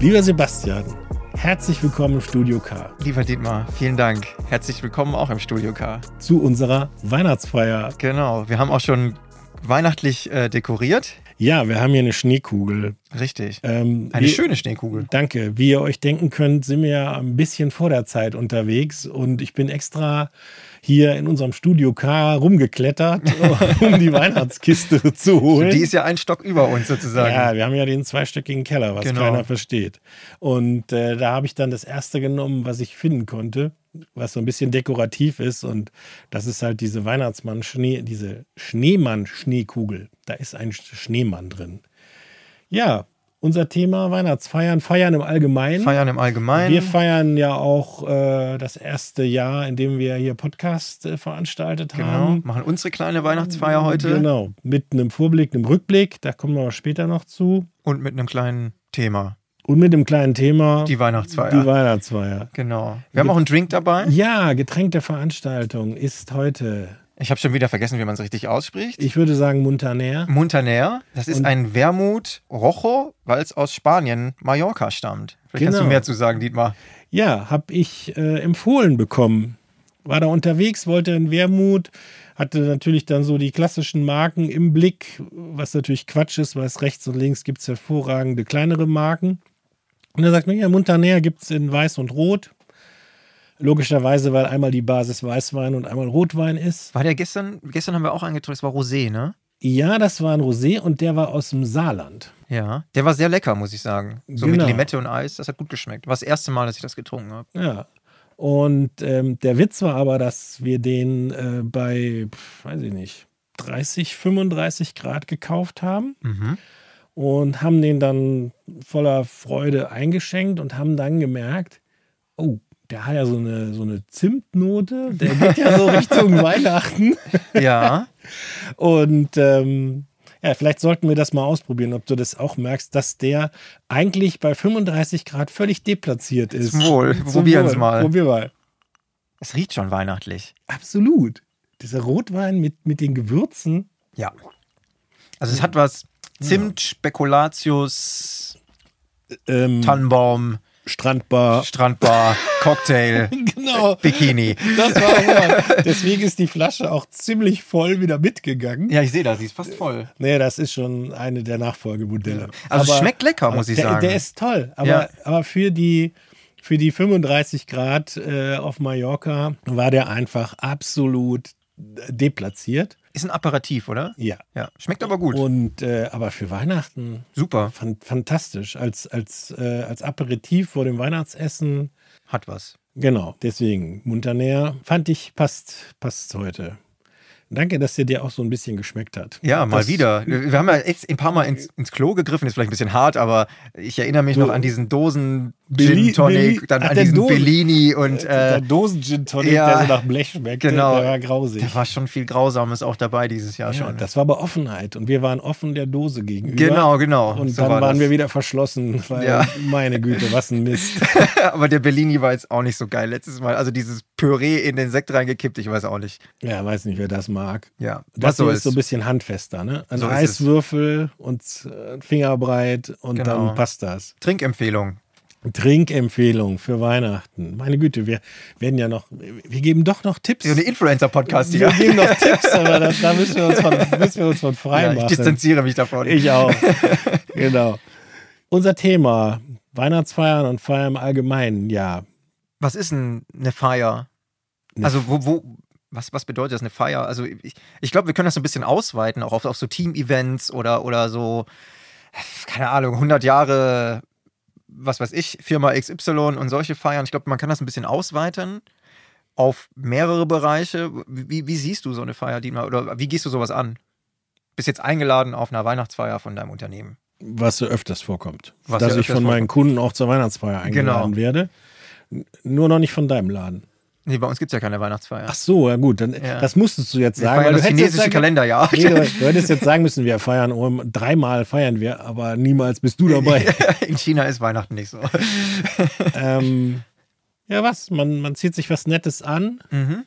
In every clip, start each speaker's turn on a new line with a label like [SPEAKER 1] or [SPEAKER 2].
[SPEAKER 1] Lieber Sebastian, herzlich willkommen im Studio K.
[SPEAKER 2] Lieber Dietmar, vielen Dank. Herzlich willkommen auch im Studio K.
[SPEAKER 1] Zu unserer Weihnachtsfeier.
[SPEAKER 2] Genau, wir haben auch schon weihnachtlich äh, dekoriert.
[SPEAKER 1] Ja, wir haben hier eine Schneekugel.
[SPEAKER 2] Richtig.
[SPEAKER 1] Ähm,
[SPEAKER 2] Eine
[SPEAKER 1] wie-
[SPEAKER 2] schöne Schneekugel.
[SPEAKER 1] Danke. Wie ihr euch denken könnt, sind wir ja ein bisschen vor der Zeit unterwegs und ich bin extra hier in unserem Studio K rumgeklettert, um die Weihnachtskiste zu holen.
[SPEAKER 2] Die ist ja ein Stock über uns sozusagen.
[SPEAKER 1] Ja, wir haben ja den zweistöckigen Keller, was
[SPEAKER 2] Genau.
[SPEAKER 1] keiner versteht. Und äh, da habe ich dann das erste genommen, was ich finden konnte, was so ein bisschen dekorativ ist. Und das ist halt diese Weihnachtsmann-Schnee, diese Schneemann-Schneekugel. Da ist ein Sch- Schneemann drin. Ja, unser Thema Weihnachtsfeiern, Feiern im Allgemeinen.
[SPEAKER 2] Feiern im Allgemeinen.
[SPEAKER 1] Wir feiern ja auch äh, das erste Jahr, in dem wir hier Podcast äh, veranstaltet
[SPEAKER 2] genau.
[SPEAKER 1] haben.
[SPEAKER 2] Machen unsere kleine Weihnachtsfeier heute
[SPEAKER 1] Genau, mit einem Vorblick, einem Rückblick, da kommen wir später noch zu.
[SPEAKER 2] und mit einem kleinen Thema.
[SPEAKER 1] Und mit dem kleinen Thema
[SPEAKER 2] Die Weihnachtsfeier.
[SPEAKER 1] die Weihnachtsfeier.
[SPEAKER 2] genau. Wir haben auch einen Drink dabei.
[SPEAKER 1] Ja, Getränk der Veranstaltung ist heute,
[SPEAKER 2] Ich habe schon wieder vergessen, wie man es richtig ausspricht.
[SPEAKER 1] ich würde sagen Montaner.
[SPEAKER 2] Montaner, das ist
[SPEAKER 1] Und-
[SPEAKER 2] ein Wermut Rojo, weil es aus Spanien, Mallorca stammt. Vielleicht kannst
[SPEAKER 1] Genau.
[SPEAKER 2] du mehr zu sagen, Dietmar.
[SPEAKER 1] Ja, habe ich äh, empfohlen bekommen. War da unterwegs, wollte in Wermut, hatte natürlich dann so die klassischen Marken im Blick, was natürlich Quatsch ist, weil es rechts und links gibt es hervorragende kleinere Marken. Und er sagt mir, ja, Montaner gibt es in Weiß und Rot. Logischerweise, weil einmal die Basis Weißwein und einmal Rotwein ist.
[SPEAKER 2] War der gestern, gestern haben wir auch angetrunken, es war Rosé, ne?
[SPEAKER 1] Ja, das war ein Rosé und der war aus dem Saarland.
[SPEAKER 2] Ja. Der war sehr lecker, muss ich sagen. So
[SPEAKER 1] Genau.
[SPEAKER 2] mit Limette und Eis, das hat gut geschmeckt. War das erste Mal, dass ich das getrunken habe.
[SPEAKER 1] Ja. Und ähm, der Witz war aber, dass wir den äh, bei, pf, weiß ich nicht, 30, 35 Grad gekauft haben
[SPEAKER 2] Mhm.
[SPEAKER 1] und haben den dann voller Freude eingeschenkt und haben dann gemerkt, oh, der hat ja so eine, so eine Zimtnote, der geht ja so Richtung Weihnachten.
[SPEAKER 2] Ja.
[SPEAKER 1] Und ähm, ja, vielleicht sollten wir das mal ausprobieren, ob du das auch merkst, dass der eigentlich bei 35 Grad völlig deplatziert ist.
[SPEAKER 2] Zum Wohl.
[SPEAKER 1] Zum
[SPEAKER 2] Probieren's
[SPEAKER 1] Wohl.
[SPEAKER 2] mal.
[SPEAKER 1] Probier mal.
[SPEAKER 2] Es riecht schon weihnachtlich.
[SPEAKER 1] Absolut. Dieser Rotwein mit, mit den Gewürzen.
[SPEAKER 2] Ja. Also es hat was Zimt, Spekulatius, Mhm.
[SPEAKER 1] Ähm,
[SPEAKER 2] Tannenbaum,
[SPEAKER 1] Strandbar.
[SPEAKER 2] Strandbar, Cocktail,
[SPEAKER 1] Genau.
[SPEAKER 2] Bikini.
[SPEAKER 1] Das war auch Deswegen ist die Flasche auch ziemlich voll wieder mitgegangen.
[SPEAKER 2] Ja, ich sehe das, die ist fast voll.
[SPEAKER 1] Nee, das ist schon eine der Nachfolgemodelle.
[SPEAKER 2] Also es schmeckt lecker, muss ich
[SPEAKER 1] der,
[SPEAKER 2] sagen.
[SPEAKER 1] Der ist toll, aber,
[SPEAKER 2] Ja.
[SPEAKER 1] aber für die für die 35 Grad äh, auf Mallorca war der einfach absolut deplatziert.
[SPEAKER 2] Ist ein Apparativ, oder?
[SPEAKER 1] Ja.
[SPEAKER 2] Ja. Schmeckt aber gut.
[SPEAKER 1] Und äh, aber für Weihnachten
[SPEAKER 2] Super.
[SPEAKER 1] fan fantastisch als als äh, als Aperitif vor dem Weihnachtsessen.
[SPEAKER 2] Hat was.
[SPEAKER 1] Genau, deswegen Muntaner fand ich passt passt heute. Danke, dass der dir auch so ein bisschen geschmeckt hat.
[SPEAKER 2] Ja, mal
[SPEAKER 1] Das- hm.
[SPEAKER 2] wieder. Wir haben ja echt ein paar Mal ins, ins Klo gegriffen, ist vielleicht ein bisschen hart, aber ich erinnere mich noch an diesen Dosen
[SPEAKER 1] Belli-
[SPEAKER 2] Gin Tonic,
[SPEAKER 1] Belli-
[SPEAKER 2] dann
[SPEAKER 1] Ach,
[SPEAKER 2] an
[SPEAKER 1] der
[SPEAKER 2] diesen
[SPEAKER 1] Dosen.
[SPEAKER 2] Bellini und
[SPEAKER 1] der
[SPEAKER 2] äh,
[SPEAKER 1] Dosen-Gin Tonic,
[SPEAKER 2] ja,
[SPEAKER 1] der so nach Blech schmeckte,
[SPEAKER 2] genau.
[SPEAKER 1] der war grausig.
[SPEAKER 2] da war schon viel Grausames auch dabei dieses Jahr
[SPEAKER 1] ja,
[SPEAKER 2] schon.
[SPEAKER 1] das war aber Offenheit und wir waren offen der Dose gegenüber.
[SPEAKER 2] Genau, genau.
[SPEAKER 1] Und
[SPEAKER 2] So
[SPEAKER 1] dann
[SPEAKER 2] war
[SPEAKER 1] waren
[SPEAKER 2] das.
[SPEAKER 1] wir wieder verschlossen, weil
[SPEAKER 2] Ja.
[SPEAKER 1] meine Güte, was ein Mist.
[SPEAKER 2] aber der Bellini war jetzt auch nicht so geil letztes Mal. Also dieses Püree in den Sekt reingekippt, ich weiß auch nicht.
[SPEAKER 1] Ja, weiß nicht, wer das mag.
[SPEAKER 2] Ja,
[SPEAKER 1] Das
[SPEAKER 2] was so
[SPEAKER 1] hier ist,
[SPEAKER 2] ist.
[SPEAKER 1] so ein bisschen handfester, ne? Ein
[SPEAKER 2] So ist es.
[SPEAKER 1] Eiswürfel und äh, Fingerbreit und
[SPEAKER 2] Genau.
[SPEAKER 1] dann passt das.
[SPEAKER 2] Trinkempfehlung.
[SPEAKER 1] Trinkempfehlung für Weihnachten. Meine Güte, wir werden ja noch, wir geben doch noch Tipps.
[SPEAKER 2] So eine Influencer-Podcast
[SPEAKER 1] wir
[SPEAKER 2] hier.
[SPEAKER 1] geben noch Tipps, aber das, da müssen wir uns von, müssen wir uns von frei
[SPEAKER 2] Ja, ich
[SPEAKER 1] machen.
[SPEAKER 2] distanziere mich davon.
[SPEAKER 1] Ich auch. genau. Unser Thema: Weihnachtsfeiern und Feiern im Allgemeinen. Ja,
[SPEAKER 2] Was ist denn eine Feier?
[SPEAKER 1] Eine
[SPEAKER 2] Also, wo, wo, was, was bedeutet das, eine Feier? Also, ich, ich glaube, wir können das so ein bisschen ausweiten, auch auf, auf so Team-Events oder, oder so, keine Ahnung, 100 Jahre, was weiß ich, Firma XY und solche Feiern. Ich glaube, man kann das ein bisschen ausweiten auf mehrere Bereiche. Wie, wie siehst du so eine Feier, Dietmar? Oder wie gehst du sowas an? Bist jetzt eingeladen auf einer Weihnachtsfeier von deinem Unternehmen.
[SPEAKER 1] was so öfters vorkommt.
[SPEAKER 2] Was
[SPEAKER 1] dass ich
[SPEAKER 2] ja öfters
[SPEAKER 1] von meinen Kunden auch zur Weihnachtsfeier eingeladen
[SPEAKER 2] Genau.
[SPEAKER 1] werde. N- Nur noch nicht von deinem Laden.
[SPEAKER 2] Nee, bei uns gibt es ja keine Weihnachtsfeier.
[SPEAKER 1] Ach so, ja gut, dann,
[SPEAKER 2] Ja.
[SPEAKER 1] das musstest du jetzt
[SPEAKER 2] Wir
[SPEAKER 1] sagen.
[SPEAKER 2] feiern
[SPEAKER 1] weil
[SPEAKER 2] das
[SPEAKER 1] du hättest jetzt
[SPEAKER 2] chinesische
[SPEAKER 1] sagen-
[SPEAKER 2] Kalenderjahr.
[SPEAKER 1] Nee, du, du hättest jetzt sagen müssen, wir feiern um dreimal feiern wir, aber niemals bist du dabei.
[SPEAKER 2] In China ist Weihnachten nicht so.
[SPEAKER 1] ähm, ja, was? Man, man zieht sich was Nettes an,
[SPEAKER 2] Mhm.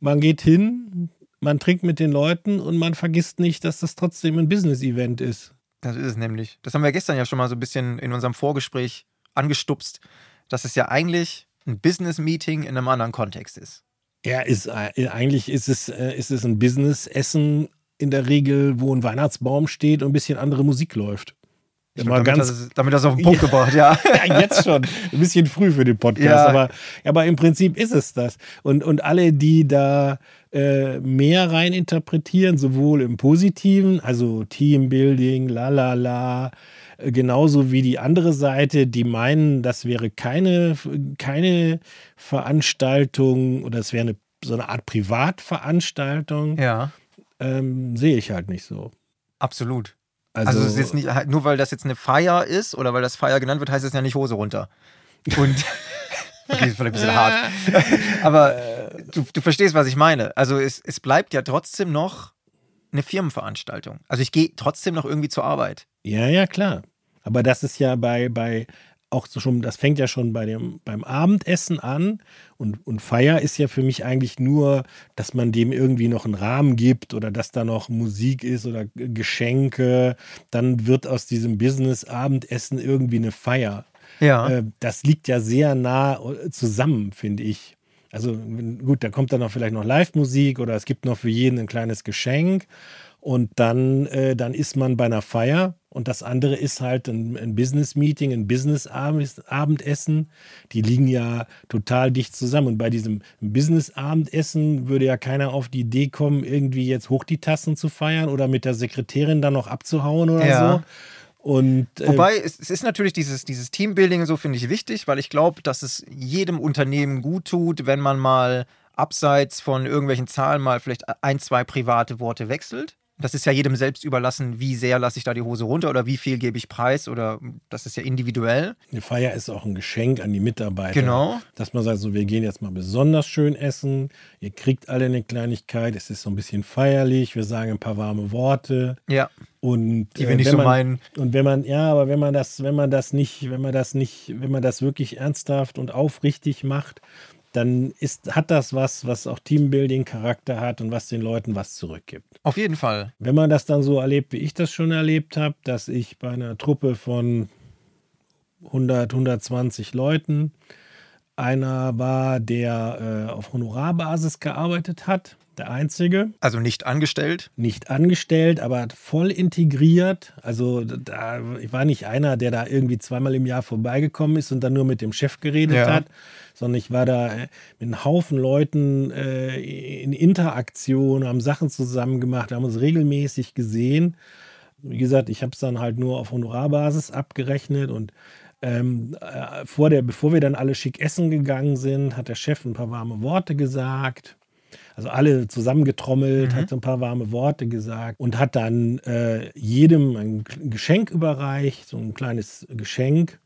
[SPEAKER 1] man geht hin, man trinkt mit den Leuten und man vergisst nicht, dass das trotzdem ein Business-Event ist.
[SPEAKER 2] Das ist es nämlich. Das haben wir gestern ja schon mal so ein bisschen in unserem Vorgespräch angestupst, dass es ja eigentlich ein Business-Meeting in einem anderen Kontext ist.
[SPEAKER 1] Ja, ist, äh, eigentlich ist es, äh, ist es ein Business-Essen in der Regel, wo ein Weihnachtsbaum steht und ein bisschen andere Musik läuft.
[SPEAKER 2] Stimmt, damit, ganz, das, damit das auf den Punkt ja, gebracht, ja.
[SPEAKER 1] ja. Jetzt schon. Ein bisschen früh für den Podcast, ja. aber, aber im Prinzip ist es das. Und, und alle, die da äh, mehr rein interpretieren, sowohl im Positiven, also Teambuilding, la la la, äh, genauso wie die andere Seite, die meinen, das wäre keine, keine Veranstaltung oder es wäre eine, so eine Art Privatveranstaltung,
[SPEAKER 2] ja.
[SPEAKER 1] ähm, sehe ich halt nicht so.
[SPEAKER 2] Absolut. Also, also jetzt nicht, nur weil das jetzt eine Feier ist oder weil das Feier genannt wird, heißt es ja nicht Hose runter. Und okay, ist vielleicht ein bisschen hart. Aber du, du verstehst, was ich meine. Also es, es bleibt ja trotzdem noch eine Firmenveranstaltung. Also ich gehe trotzdem noch irgendwie zur Arbeit.
[SPEAKER 1] Ja, ja, klar. Aber das ist ja bei, bei auch so schon, das fängt ja schon bei dem, beim Abendessen an. Und, und Feier ist ja für mich eigentlich nur, dass man dem irgendwie noch einen Rahmen gibt oder dass da noch Musik ist oder Geschenke. Dann wird aus diesem Business-Abendessen irgendwie eine Feier.
[SPEAKER 2] Ja.
[SPEAKER 1] Äh, das liegt ja sehr nah äh, zusammen, finde ich. Also gut, da kommt dann noch vielleicht noch Live-Musik oder es gibt noch für jeden ein kleines Geschenk. Und dann, äh, dann ist man bei einer Feier und das andere ist halt ein, ein Business-Meeting, ein Business-Abendessen. Die liegen ja total dicht zusammen. Und bei diesem Business-Abendessen würde ja keiner auf die Idee kommen, irgendwie jetzt hoch die Tassen zu feiern oder mit der Sekretärin dann noch abzuhauen oder
[SPEAKER 2] Ja.
[SPEAKER 1] so. Und, äh,
[SPEAKER 2] Wobei, es, es ist natürlich dieses, dieses Teambuilding und so, finde ich wichtig, weil ich glaube, dass es jedem Unternehmen gut tut, wenn man mal abseits von irgendwelchen Zahlen mal vielleicht ein, zwei private Worte wechselt. Das ist ja jedem selbst überlassen, wie sehr lasse ich da die Hose runter oder wie viel gebe ich preis oder das ist ja individuell.
[SPEAKER 1] eine Feier ist auch ein Geschenk an die Mitarbeiter.
[SPEAKER 2] Genau.
[SPEAKER 1] Dass man sagt, so, wir gehen jetzt mal besonders schön essen. Ihr kriegt alle eine Kleinigkeit. Es ist so ein bisschen feierlich. Wir sagen ein paar warme Worte.
[SPEAKER 2] Ja,
[SPEAKER 1] Und, äh,
[SPEAKER 2] die wir nicht
[SPEAKER 1] wenn
[SPEAKER 2] so
[SPEAKER 1] man,
[SPEAKER 2] meinen.
[SPEAKER 1] Und wenn man, ja, aber wenn man das, wenn man das nicht, wenn man das nicht, wenn man das wirklich ernsthaft und aufrichtig macht, dann ist, hat das was, was auch Teambuilding-Charakter hat und was den Leuten was zurückgibt.
[SPEAKER 2] Auf jeden Fall.
[SPEAKER 1] Wenn man das dann so erlebt, wie ich das schon erlebt habe, dass ich bei einer Truppe von 100, 120 Leuten einer war, der äh, auf Honorarbasis gearbeitet hat, der einzige
[SPEAKER 2] Also nicht angestellt.
[SPEAKER 1] nicht angestellt, aber voll integriert. Also da ich war nicht einer, der da irgendwie zweimal im Jahr vorbeigekommen ist und dann nur mit dem Chef geredet
[SPEAKER 2] Ja.
[SPEAKER 1] hat, sondern ich war da äh, mit einem Haufen Leuten äh, in Interaktion, haben Sachen zusammen gemacht, haben uns regelmäßig gesehen. Wie gesagt, ich habe es dann halt nur auf Honorarbasis abgerechnet und ähm, äh, vor der, bevor wir dann alle schick essen gegangen sind, hat der Chef ein paar warme Worte gesagt. Also alle zusammengetrommelt, hat so ein paar warme Worte gesagt und hat dann äh, jedem ein K- Geschenk überreicht, so ein kleines Geschenk.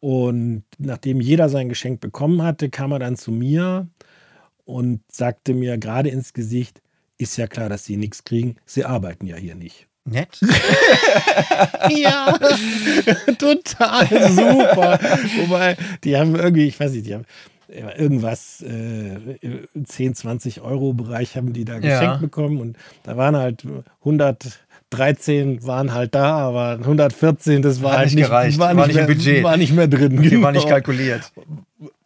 [SPEAKER 1] Und nachdem jeder sein Geschenk bekommen hatte, kam er dann zu mir und sagte mir gerade ins Gesicht, ist ja klar, dass Sie nichts kriegen, Sie arbeiten ja hier nicht.
[SPEAKER 2] Nett.
[SPEAKER 1] Ja, total super. Wobei, die haben irgendwie, ich weiß nicht, die haben irgendwas, äh, 10, 20 Euro Bereich haben die da geschenkt
[SPEAKER 2] Ja.
[SPEAKER 1] bekommen und da waren halt 113 waren halt da, aber 114, das war
[SPEAKER 2] Hat
[SPEAKER 1] halt
[SPEAKER 2] nicht
[SPEAKER 1] nicht,
[SPEAKER 2] gereicht,
[SPEAKER 1] war nicht,
[SPEAKER 2] im
[SPEAKER 1] mehr,
[SPEAKER 2] Budget.
[SPEAKER 1] War nicht mehr drin.
[SPEAKER 2] Die war nicht
[SPEAKER 1] genau.
[SPEAKER 2] kalkuliert.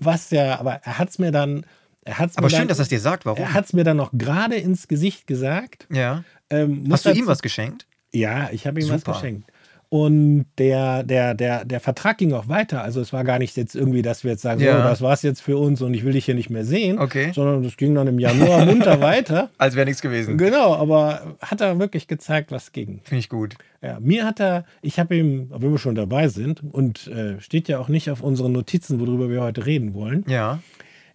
[SPEAKER 1] Was ja, aber er hat es mir dann, er hat's
[SPEAKER 2] Aber
[SPEAKER 1] mir
[SPEAKER 2] schön,
[SPEAKER 1] dann,
[SPEAKER 2] dass er es dir sagt, warum.
[SPEAKER 1] er hat's mir dann noch gerade ins Gesicht gesagt.
[SPEAKER 2] Ja.
[SPEAKER 1] Ähm, muss
[SPEAKER 2] Hast du
[SPEAKER 1] dazu-
[SPEAKER 2] ihm was geschenkt?
[SPEAKER 1] ja, ich habe ihm
[SPEAKER 2] Super.
[SPEAKER 1] was geschenkt. Und der, der, der, der Vertrag ging auch weiter. Also es war gar nicht jetzt irgendwie, dass wir jetzt sagen,
[SPEAKER 2] Ja.
[SPEAKER 1] oh, das war's jetzt für uns und ich will dich hier nicht mehr sehen.
[SPEAKER 2] Okay.
[SPEAKER 1] Sondern es ging dann im Januar munter weiter.
[SPEAKER 2] Als wäre nichts gewesen.
[SPEAKER 1] Genau, aber hat er wirklich gezeigt, was ging.
[SPEAKER 2] Finde ich gut.
[SPEAKER 1] Ja, mir hat er, ich habe ihm, wenn wir schon dabei sind, und äh, steht ja auch nicht auf unseren Notizen, worüber wir heute reden wollen.
[SPEAKER 2] Ja.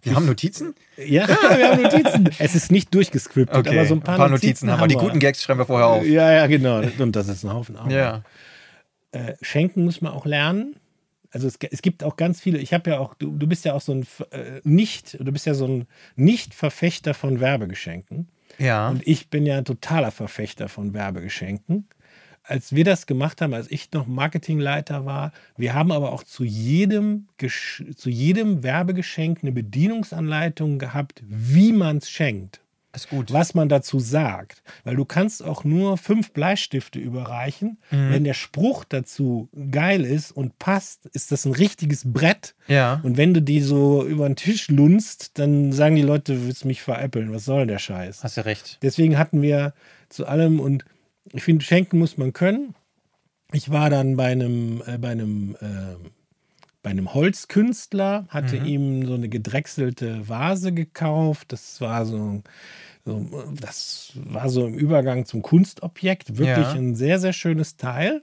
[SPEAKER 2] Wir haben Notizen?
[SPEAKER 1] Ja, wir haben Notizen. Es ist nicht durchgescriptet,
[SPEAKER 2] Okay,
[SPEAKER 1] aber so ein paar, Notizen,
[SPEAKER 2] haben wir. Die guten Gags schreiben wir vorher auf.
[SPEAKER 1] Ja, ja, genau. Und das ist ein Haufen Arbeit.
[SPEAKER 2] Ja.
[SPEAKER 1] äh, schenken muss man auch lernen. Also es, es gibt auch ganz viele, ich habe ja auch, du, du bist ja auch so ein äh, Nicht, du bist ja so ein Nicht-Verfechter von Werbegeschenken.
[SPEAKER 2] Ja.
[SPEAKER 1] Und ich bin ja ein totaler Verfechter von Werbegeschenken. Als wir das gemacht haben, als ich noch Marketingleiter war, wir haben aber auch zu jedem, Gesch- zu jedem Werbegeschenk eine Bedienungsanleitung gehabt, wie man es schenkt.
[SPEAKER 2] Ist gut.
[SPEAKER 1] was man dazu sagt. Weil du kannst auch nur fünf Bleistifte überreichen.
[SPEAKER 2] Mhm.
[SPEAKER 1] Wenn der Spruch dazu geil ist und passt, ist das ein richtiges Brett.
[SPEAKER 2] Ja.
[SPEAKER 1] Und wenn du die so über den Tisch lunst, dann sagen die Leute, du willst mich veräppeln, was soll der Scheiß?
[SPEAKER 2] Hast du recht.
[SPEAKER 1] Deswegen hatten wir zu allem und ich finde, schenken muss man können. Ich war dann bei einem, äh, bei einem, ähm, bei einem Holzkünstler, hatte ihm so eine gedrechselte Vase gekauft. Das war so, so, das war so im Übergang zum Kunstobjekt. Wirklich
[SPEAKER 2] Ja.
[SPEAKER 1] ein sehr, sehr schönes Teil.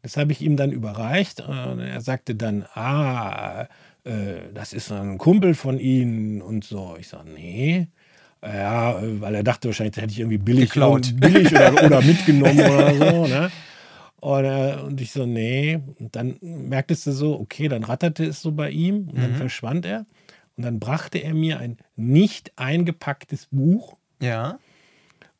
[SPEAKER 1] Das habe ich ihm dann überreicht. Und er sagte dann, ah, äh, das ist ein Kumpel von Ihnen und so. Ich sage, nee. Ja, äh, weil er dachte wahrscheinlich, das hätte ich irgendwie billig,
[SPEAKER 2] Geklaut.
[SPEAKER 1] billig oder, oder mitgenommen oder so. Ne? Und, äh, und ich so, nee. Und dann merktest du so, okay, dann ratterte es so bei ihm und dann verschwand er. Und dann brachte er mir ein nicht eingepacktes Buch
[SPEAKER 2] Ja.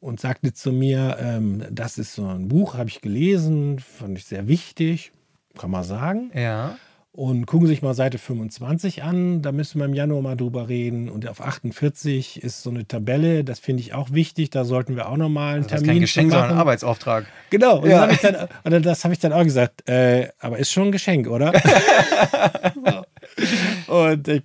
[SPEAKER 1] und sagte zu mir, ähm, das ist so ein Buch, habe ich gelesen, fand ich sehr wichtig, kann man sagen.
[SPEAKER 2] Ja.
[SPEAKER 1] Und gucken Sie sich mal Seite 25 an, da müssen wir im Januar mal drüber reden. Und auf 48 ist so eine Tabelle, das finde ich auch wichtig, da sollten wir auch nochmal einen
[SPEAKER 2] Also Das ist
[SPEAKER 1] Termin
[SPEAKER 2] kein
[SPEAKER 1] für
[SPEAKER 2] Geschenk,
[SPEAKER 1] machen.
[SPEAKER 2] sondern ein Arbeitsauftrag.
[SPEAKER 1] Genau, und
[SPEAKER 2] Ja.
[SPEAKER 1] das habe ich, dann- oder das hab ich dann auch gesagt, äh, aber ist schon ein Geschenk, oder? und ich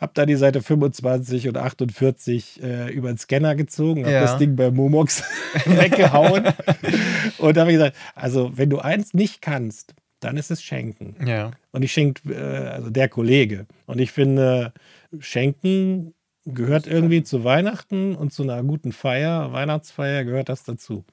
[SPEAKER 1] habe da die Seite 25 und 48 äh, über den Scanner gezogen, habe
[SPEAKER 2] Ja.
[SPEAKER 1] das Ding bei Momox weggehauen und habe gesagt, also wenn du eins nicht kannst, dann ist es Schenken.
[SPEAKER 2] Ja.
[SPEAKER 1] Und ich schenkt, äh, also der Kollege. Und ich finde, Schenken gehört irgendwie zu Weihnachten und zu einer guten Feier, Weihnachtsfeier gehört das dazu.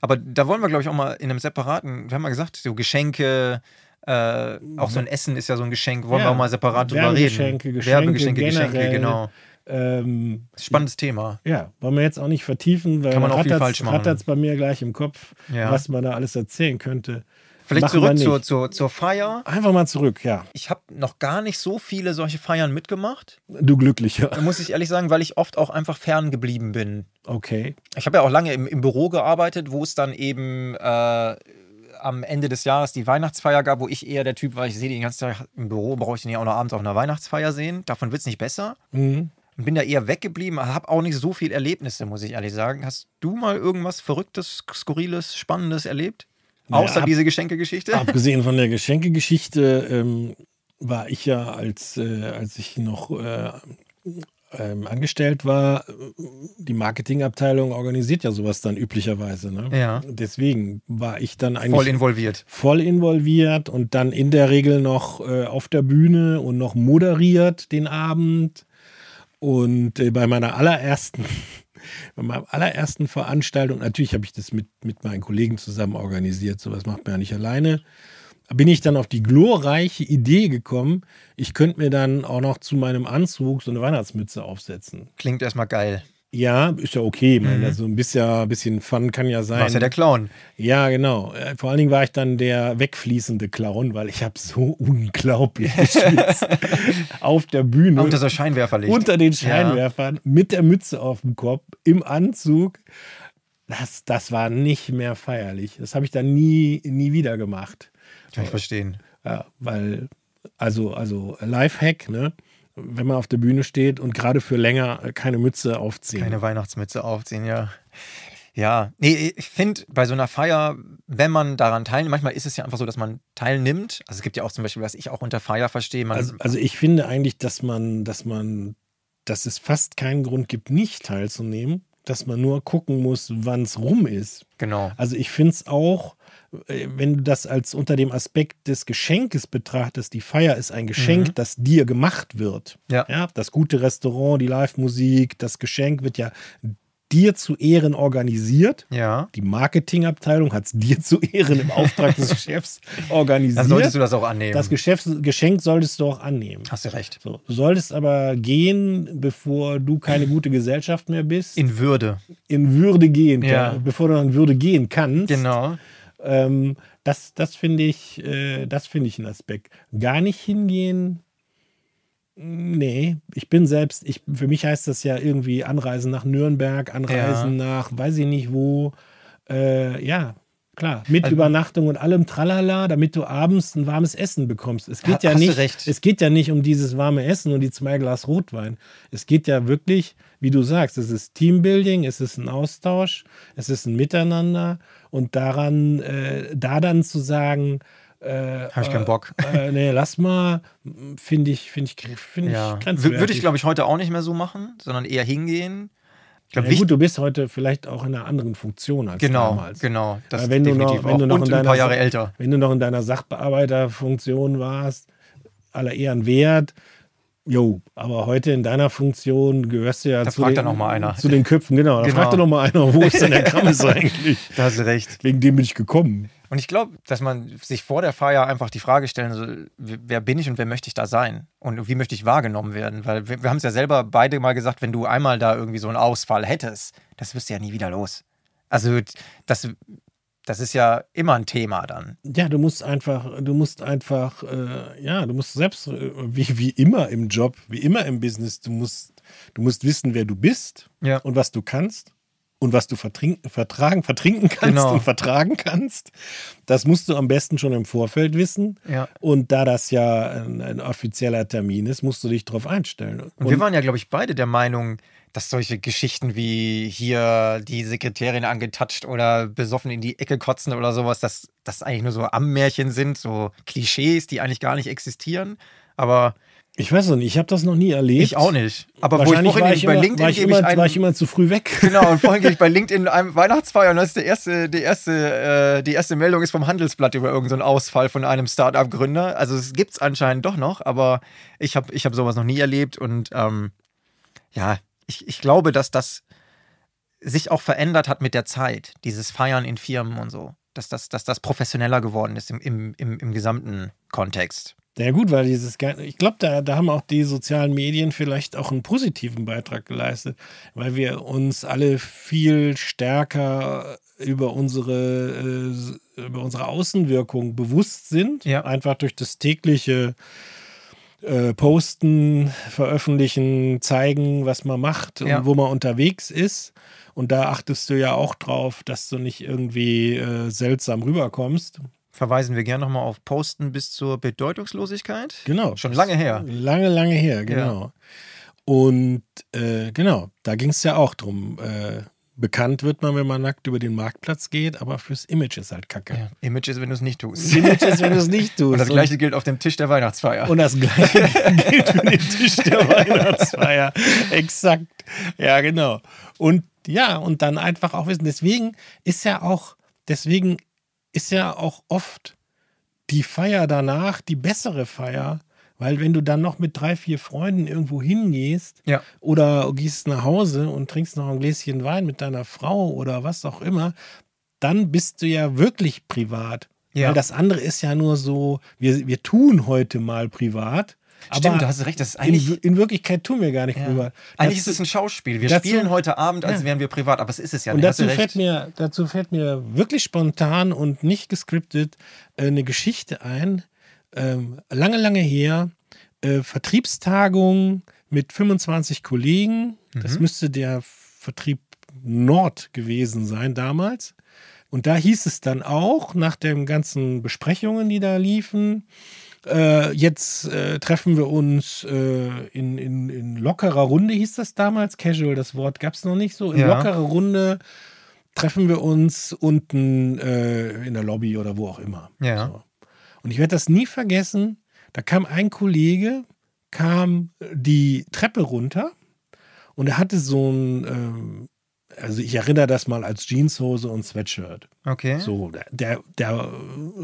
[SPEAKER 2] Aber da wollen wir, glaube ich, auch mal in einem separaten, wir haben mal gesagt, so Geschenke, äh, auch so ein Essen ist ja so ein Geschenk, wollen
[SPEAKER 1] Ja.
[SPEAKER 2] wir auch mal separat drüber reden.
[SPEAKER 1] Werbegeschenke, Geschenke
[SPEAKER 2] Werbegeschenke, Geschenke,
[SPEAKER 1] generell.
[SPEAKER 2] genau.
[SPEAKER 1] Ähm,
[SPEAKER 2] Spannendes Thema.
[SPEAKER 1] ja, wollen wir jetzt auch nicht vertiefen, weil
[SPEAKER 2] Kann man auch viel
[SPEAKER 1] rattert's-
[SPEAKER 2] falsch machen.
[SPEAKER 1] rattert's bei mir gleich im Kopf,
[SPEAKER 2] Ja.
[SPEAKER 1] was man da alles erzählen könnte.
[SPEAKER 2] Vielleicht
[SPEAKER 1] Machen wir
[SPEAKER 2] zurück
[SPEAKER 1] nicht.
[SPEAKER 2] zur, zur, zur Feier.
[SPEAKER 1] Einfach mal zurück, ja.
[SPEAKER 2] Ich habe noch gar nicht so viele solche Feiern mitgemacht,
[SPEAKER 1] Du Glücklicher.
[SPEAKER 2] muss ich ehrlich sagen, weil ich oft auch einfach fern geblieben bin.
[SPEAKER 1] Okay.
[SPEAKER 2] Ich habe ja auch lange im, im Büro gearbeitet, wo es dann eben äh, am Ende des Jahres die Weihnachtsfeier gab, wo ich eher der Typ war, ich sehe den ganzen Tag im Büro, brauche ich den ja auch noch abends auf einer Weihnachtsfeier sehen. Davon wird es nicht besser.
[SPEAKER 1] Mhm.
[SPEAKER 2] Und Bin da eher weggeblieben, habe auch nicht so viel Erlebnisse, muss ich ehrlich sagen. Hast du mal irgendwas Verrücktes, Skurriles, Spannendes erlebt?
[SPEAKER 1] Naja,
[SPEAKER 2] Außer
[SPEAKER 1] ab-
[SPEAKER 2] diese Geschenkegeschichte?
[SPEAKER 1] Abgesehen von der Geschenkegeschichte ähm, war ich ja, als, äh, als ich noch äh, ähm, angestellt war, äh, die Marketingabteilung organisiert ja sowas dann üblicherweise. Ne?
[SPEAKER 2] Ja.
[SPEAKER 1] Deswegen war ich dann eigentlich
[SPEAKER 2] Voll involviert.
[SPEAKER 1] voll involviert und dann in der Regel noch äh, auf der Bühne und noch moderiert den Abend. Und äh, bei meiner allerersten, bei meiner allerersten Veranstaltung, natürlich habe ich das mit, mit meinen Kollegen zusammen organisiert, sowas macht man ja nicht alleine, bin ich dann auf die glorreiche Idee gekommen, ich könnte mir dann auch noch zu meinem Anzug so eine Weihnachtsmütze aufsetzen.
[SPEAKER 2] Klingt erstmal geil.
[SPEAKER 1] Ja, ist ja okay, ich meine, also ein bisschen, ein bisschen Fun kann ja sein.
[SPEAKER 2] Du warst ja der Clown.
[SPEAKER 1] Ja, genau. Äh, Vor allen Dingen war ich dann der wegfließende Clown, weil ich habe so unglaublich geschwitzt auf der Bühne.
[SPEAKER 2] Unter so Scheinwerferlicht.
[SPEAKER 1] unter den Scheinwerfern, mit der Mütze auf dem Kopf, im Anzug. Das, das war nicht mehr feierlich. Das habe ich dann nie, nie wieder gemacht.
[SPEAKER 2] Ja, kann ich verstehen.
[SPEAKER 1] Ja, weil, also, also Lifehack, ne? Wenn man auf der Bühne steht und gerade für länger äh, keine Mütze aufziehen.
[SPEAKER 2] Keine Weihnachtsmütze aufziehen, ja. Ja, nee, ich finde bei so einer Feier, wenn man daran teilnimmt, manchmal ist es ja einfach so, dass man teilnimmt. Also es gibt ja auch zum Beispiel, was ich auch unter Feier verstehe, man
[SPEAKER 1] Also, also ich finde eigentlich, dass man, dass man, dass es fast keinen Grund gibt, nicht teilzunehmen, dass man nur gucken muss, wann es rum ist.
[SPEAKER 2] genau.
[SPEAKER 1] Also ich finde es auch, äh, wenn du das als unter dem Aspekt des Geschenkes betrachtest, die Feier ist ein Geschenk, das dir gemacht wird.
[SPEAKER 2] Mhm. Ja.
[SPEAKER 1] ja. Das gute Restaurant, die Live-Musik, das Geschenk wird ja dir zu Ehren organisiert.
[SPEAKER 2] Ja.
[SPEAKER 1] Die Marketingabteilung hat es dir zu Ehren im Auftrag des Chefs organisiert.
[SPEAKER 2] Dann solltest du das auch annehmen.
[SPEAKER 1] das Geschäfts Geschenk solltest du auch annehmen.
[SPEAKER 2] Hast du recht.
[SPEAKER 1] So, du solltest aber gehen, bevor du keine gute Gesellschaft mehr bist, in,
[SPEAKER 2] In Würde.
[SPEAKER 1] Würde gehen,
[SPEAKER 2] Ja.
[SPEAKER 1] kann, bevor du in Würde gehen kannst.
[SPEAKER 2] Genau.
[SPEAKER 1] Ähm, das das finde ich, äh, das finde ich ein Aspekt. Gar nicht hingehen. Nee, ich bin selbst, ich, für mich heißt das ja irgendwie Anreisen nach Nürnberg, Anreisen nach weiß ich nicht wo. Äh, ja, Klar, mit
[SPEAKER 2] Also-
[SPEAKER 1] Übernachtung und allem Tralala, damit du abends ein warmes Essen bekommst. Es geht
[SPEAKER 2] Ha-
[SPEAKER 1] ja
[SPEAKER 2] hast du
[SPEAKER 1] nicht,
[SPEAKER 2] recht.
[SPEAKER 1] es geht ja nicht um dieses warme Essen und die zwei Glas Rotwein. Es geht ja wirklich, wie du sagst, es ist Teambuilding, es ist ein Austausch, es ist ein Miteinander und daran, äh, da dann zu sagen, äh,
[SPEAKER 2] Hab ich keinen
[SPEAKER 1] äh,
[SPEAKER 2] Bock.
[SPEAKER 1] Äh, nee, lass mal, finde ich, finde ich, finde
[SPEAKER 2] Ja.
[SPEAKER 1] ich
[SPEAKER 2] Wür-
[SPEAKER 1] grenzwertig.
[SPEAKER 2] Würde ich, glaube ich, heute auch nicht mehr so machen, sondern eher hingehen. Ich glaub,
[SPEAKER 1] ja,
[SPEAKER 2] wichtig-
[SPEAKER 1] gut, du bist heute vielleicht auch in einer anderen Funktion als
[SPEAKER 2] Genau,
[SPEAKER 1] damals.
[SPEAKER 2] genau. Das
[SPEAKER 1] Weil Äh, wenn du noch-
[SPEAKER 2] definitiv
[SPEAKER 1] wenn du
[SPEAKER 2] auch.
[SPEAKER 1] noch in
[SPEAKER 2] und ein
[SPEAKER 1] deiner
[SPEAKER 2] paar Jahre
[SPEAKER 1] Sa-
[SPEAKER 2] älter.
[SPEAKER 1] Wenn du noch in deiner Sachbearbeiterfunktion warst, aller Ehren wert, jo, aber heute in deiner Funktion gehörst du ja
[SPEAKER 2] Da
[SPEAKER 1] zu,
[SPEAKER 2] fragt
[SPEAKER 1] den,
[SPEAKER 2] dann noch mal einer.
[SPEAKER 1] zu den Köpfen, genau. Da
[SPEAKER 2] Genau.
[SPEAKER 1] fragt doch noch mal einer, wo ist denn der Krammes eigentlich?
[SPEAKER 2] Da hast du recht.
[SPEAKER 1] Wegen dem bin ich gekommen.
[SPEAKER 2] Und ich glaube, dass man sich vor der Feier einfach die Frage stellen soll, w- wer bin ich und wer möchte ich da sein? Und wie möchte ich wahrgenommen werden? Weil wir, wir haben es ja selber beide mal gesagt, wenn du einmal da irgendwie so einen Ausfall hättest, das wirst du ja nie wieder los. Also das, das ist ja immer ein Thema dann.
[SPEAKER 1] Ja, du musst einfach, du musst einfach, äh, ja, du musst selbst, äh, wie, wie immer im Job, wie immer im Business, du musst, du musst wissen, wer du bist
[SPEAKER 2] Ja.
[SPEAKER 1] und was du kannst und was du vertrinken, vertragen, vertrinken kannst
[SPEAKER 2] Genau.
[SPEAKER 1] und vertragen kannst. Das musst du am besten schon im Vorfeld wissen.
[SPEAKER 2] Ja.
[SPEAKER 1] Und da das ja ein, ein offizieller Termin ist, musst du dich drauf einstellen.
[SPEAKER 2] Und, wir waren ja, glaube ich, beide der Meinung, dass solche Geschichten wie hier die Sekretärin angetatscht oder besoffen in die Ecke kotzen oder sowas, dass das eigentlich nur so Ammärchen sind, so Klischees, die eigentlich gar nicht existieren. Aber
[SPEAKER 1] ich weiß noch nicht, ich habe das noch nie erlebt.
[SPEAKER 2] ich auch nicht. Aber wo ich
[SPEAKER 1] Wahrscheinlich
[SPEAKER 2] vorhin
[SPEAKER 1] war
[SPEAKER 2] bei
[SPEAKER 1] ich, immer,
[SPEAKER 2] LinkedIn
[SPEAKER 1] war, ich
[SPEAKER 2] gebe ich
[SPEAKER 1] immer, war
[SPEAKER 2] einen.
[SPEAKER 1] ich immer zu früh weg.
[SPEAKER 2] Genau, und vorhin gehe ich bei LinkedIn einem Weihnachtsfeier und das ist der erste, die erste, äh, die erste Meldung ist vom Handelsblatt über irgendeinen Ausfall von einem Start-up-Gründer. Also es gibt es anscheinend doch noch, aber ich habe ich hab sowas noch nie erlebt und ähm, ja, ich, ich glaube, dass das sich auch verändert hat mit der Zeit, dieses Feiern in Firmen und so. Dass das, dass das professioneller geworden ist im, im, im, im gesamten Kontext.
[SPEAKER 1] Ja gut, weil dieses, Ge- ich glaube, da, da haben auch die sozialen Medien vielleicht auch einen positiven Beitrag geleistet, weil wir uns alle viel stärker über unsere, äh, über unsere Außenwirkung bewusst sind.
[SPEAKER 2] Ja.
[SPEAKER 1] Einfach durch das tägliche äh, Posten, Veröffentlichen, zeigen, was man macht
[SPEAKER 2] Ja.
[SPEAKER 1] und wo man unterwegs ist. Und da achtest du ja auch drauf, dass du nicht irgendwie äh, seltsam rüberkommst.
[SPEAKER 2] Verweisen wir gerne nochmal auf Posten bis zur Bedeutungslosigkeit.
[SPEAKER 1] Genau.
[SPEAKER 2] Schon lange her.
[SPEAKER 1] Lange, lange her, genau. Und äh, genau, da ging es ja auch drum. Äh, bekannt wird man, wenn man nackt über den Marktplatz geht, aber fürs Image ist halt kacke.
[SPEAKER 2] Ja. Image ist, wenn du es nicht tust.
[SPEAKER 1] Das Image ist, wenn du es nicht tust.
[SPEAKER 2] Und das gleiche gilt auf dem Tisch der Weihnachtsfeier.
[SPEAKER 1] und das gleiche gilt für den Tisch der Weihnachtsfeier. Exakt. Ja, genau. Und ja, und dann einfach auch wissen. Deswegen ist ja auch, deswegen ist ja auch oft die Feier danach die bessere Feier, weil wenn du dann noch mit drei, vier Freunden irgendwo hingehst
[SPEAKER 2] Ja.
[SPEAKER 1] oder gehst nach Hause und trinkst noch ein Gläschen Wein mit deiner Frau oder was auch immer, dann bist du ja wirklich privat.
[SPEAKER 2] Ja.
[SPEAKER 1] Weil das andere ist ja nur so, wir, wir tun heute mal privat.
[SPEAKER 2] Stimmt,
[SPEAKER 1] aber
[SPEAKER 2] da hast du recht, das ist
[SPEAKER 1] in,
[SPEAKER 2] eigentlich.
[SPEAKER 1] in Wirklichkeit tun wir gar nicht
[SPEAKER 2] Ja.
[SPEAKER 1] privat.
[SPEAKER 2] Eigentlich ist
[SPEAKER 1] Dazu-
[SPEAKER 2] es ein Schauspiel. Wir
[SPEAKER 1] dazu-
[SPEAKER 2] spielen heute Abend, als
[SPEAKER 1] Ja.
[SPEAKER 2] wären wir privat, aber es ist es ja
[SPEAKER 1] und
[SPEAKER 2] nicht. Hast du
[SPEAKER 1] dazu
[SPEAKER 2] recht.
[SPEAKER 1] fällt, mir, dazu fällt mir wirklich spontan und nicht gescriptet äh, eine Geschichte ein. Ähm, lange, lange her. Äh, Vertriebstagung mit 25 Kollegen.
[SPEAKER 2] Mhm.
[SPEAKER 1] Das müsste der Vertrieb Nord gewesen sein damals. Und da hieß es dann auch, nach den ganzen Besprechungen, die da liefen, äh, jetzt äh, treffen wir uns äh, in, in, in lockerer Runde, hieß das damals. Casual, das Wort gab es noch nicht so. In
[SPEAKER 2] Ja.
[SPEAKER 1] lockerer Runde treffen wir uns unten äh, in der Lobby oder wo auch immer.
[SPEAKER 2] Ja.
[SPEAKER 1] So. Und ich werde das nie vergessen. Da kam ein Kollege, kam die Treppe runter und er hatte so ein, ähm, also ich erinnere das mal als Jeanshose und Sweatshirt.
[SPEAKER 2] Okay.
[SPEAKER 1] So, der, der, der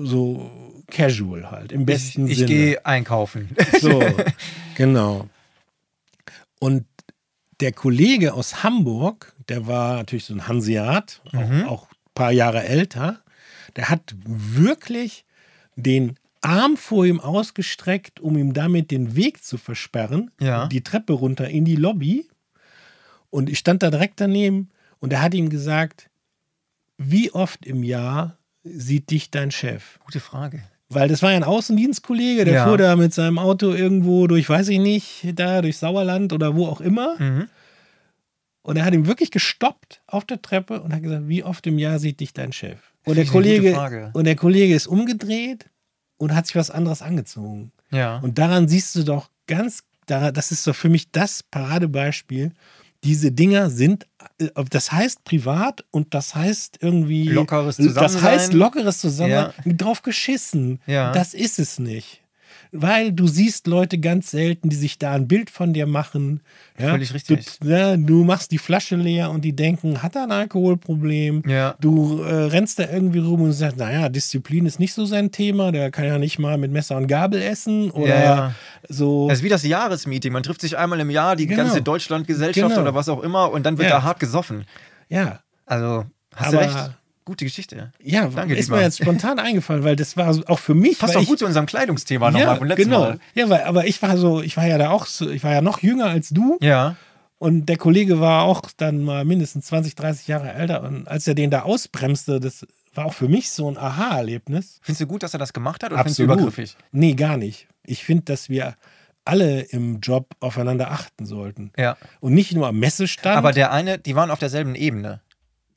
[SPEAKER 1] so casual halt, im
[SPEAKER 2] ich
[SPEAKER 1] besten
[SPEAKER 2] ich
[SPEAKER 1] Sinne.
[SPEAKER 2] gehe einkaufen.
[SPEAKER 1] So, genau. Und der Kollege aus Hamburg, der war natürlich so ein Hanseat, auch, auch ein paar Jahre älter, der hat wirklich den Arm vor ihm ausgestreckt, um ihm damit den Weg zu versperren,
[SPEAKER 2] Ja.
[SPEAKER 1] die Treppe runter in die Lobby. Und ich stand da direkt daneben und er hat ihm gesagt, wie oft im Jahr sieht dich dein Chef?
[SPEAKER 2] Gute Frage.
[SPEAKER 1] Weil das war ja ein Außendienstkollege, der
[SPEAKER 2] Ja.
[SPEAKER 1] fuhr da mit seinem
[SPEAKER 2] Mhm.
[SPEAKER 1] Auto irgendwo durch, weiß ich nicht, da durch Sauerland oder wo auch immer. Und er hat ihn wirklich gestoppt auf der Treppe und hat gesagt, wie oft im Jahr sieht dich dein Chef? Und
[SPEAKER 2] Finde
[SPEAKER 1] der
[SPEAKER 2] ich eine gute
[SPEAKER 1] Kollege,
[SPEAKER 2] Frage.
[SPEAKER 1] und der Kollege ist umgedreht und hat sich was anderes angezogen.
[SPEAKER 2] Ja.
[SPEAKER 1] Und daran siehst du doch ganz, daran- das ist doch für mich das Paradebeispiel. Diese Dinger sind, äh, das heißt privat und das heißt irgendwie.
[SPEAKER 2] Lockeres
[SPEAKER 1] Das heißt
[SPEAKER 2] Zusammensein.
[SPEAKER 1] lockeres Zusammensein. Drauf geschissen.
[SPEAKER 2] Ja.
[SPEAKER 1] Das ist es nicht. Weil du siehst Leute ganz selten, die sich da ein Bild von dir machen. Ja?
[SPEAKER 2] Völlig richtig.
[SPEAKER 1] Du, ja, du machst die Flasche leer und die denken, hat er ein Alkoholproblem?
[SPEAKER 2] Ja.
[SPEAKER 1] Du äh, rennst da irgendwie rum und sagst, naja, Disziplin ist nicht so sein Thema, der kann ja nicht mal mit Messer und Gabel essen oder
[SPEAKER 2] Ja, ja. Also,
[SPEAKER 1] so.
[SPEAKER 2] Das ist wie das Jahresmeeting. Man trifft sich einmal im Jahr, die
[SPEAKER 1] Genau.
[SPEAKER 2] ganze Deutschlandgesellschaft
[SPEAKER 1] Genau.
[SPEAKER 2] oder was auch immer, und dann wird
[SPEAKER 1] Ja.
[SPEAKER 2] da hart gesoffen.
[SPEAKER 1] ja,
[SPEAKER 2] Also, hast
[SPEAKER 1] Aber-
[SPEAKER 2] du recht. Gute Geschichte.
[SPEAKER 1] ja
[SPEAKER 2] Danke,
[SPEAKER 1] ist
[SPEAKER 2] Dietmar.
[SPEAKER 1] mir jetzt spontan eingefallen, weil das war so- auch für mich.
[SPEAKER 2] Passt
[SPEAKER 1] weil
[SPEAKER 2] auch
[SPEAKER 1] ich,
[SPEAKER 2] gut zu unserem Kleidungsthema nochmal vom letzten
[SPEAKER 1] genau.
[SPEAKER 2] Mal.
[SPEAKER 1] Ja, weil, aber ich war so, ich war ja da auch, so, ich war ja noch jünger als du.
[SPEAKER 2] Ja.
[SPEAKER 1] Und der Kollege war auch dann mal mindestens 20, 30 Jahre älter. Und als er den da ausbremste, das war auch für mich so ein Aha-Erlebnis.
[SPEAKER 2] Findest du gut, dass er das gemacht hat oder findest du übergriffig?
[SPEAKER 1] Nee, gar nicht. Ich finde, dass wir alle im Job aufeinander achten sollten.
[SPEAKER 2] Ja.
[SPEAKER 1] Und nicht nur am Messestand.
[SPEAKER 2] Aber der eine, die waren auf derselben Ebene.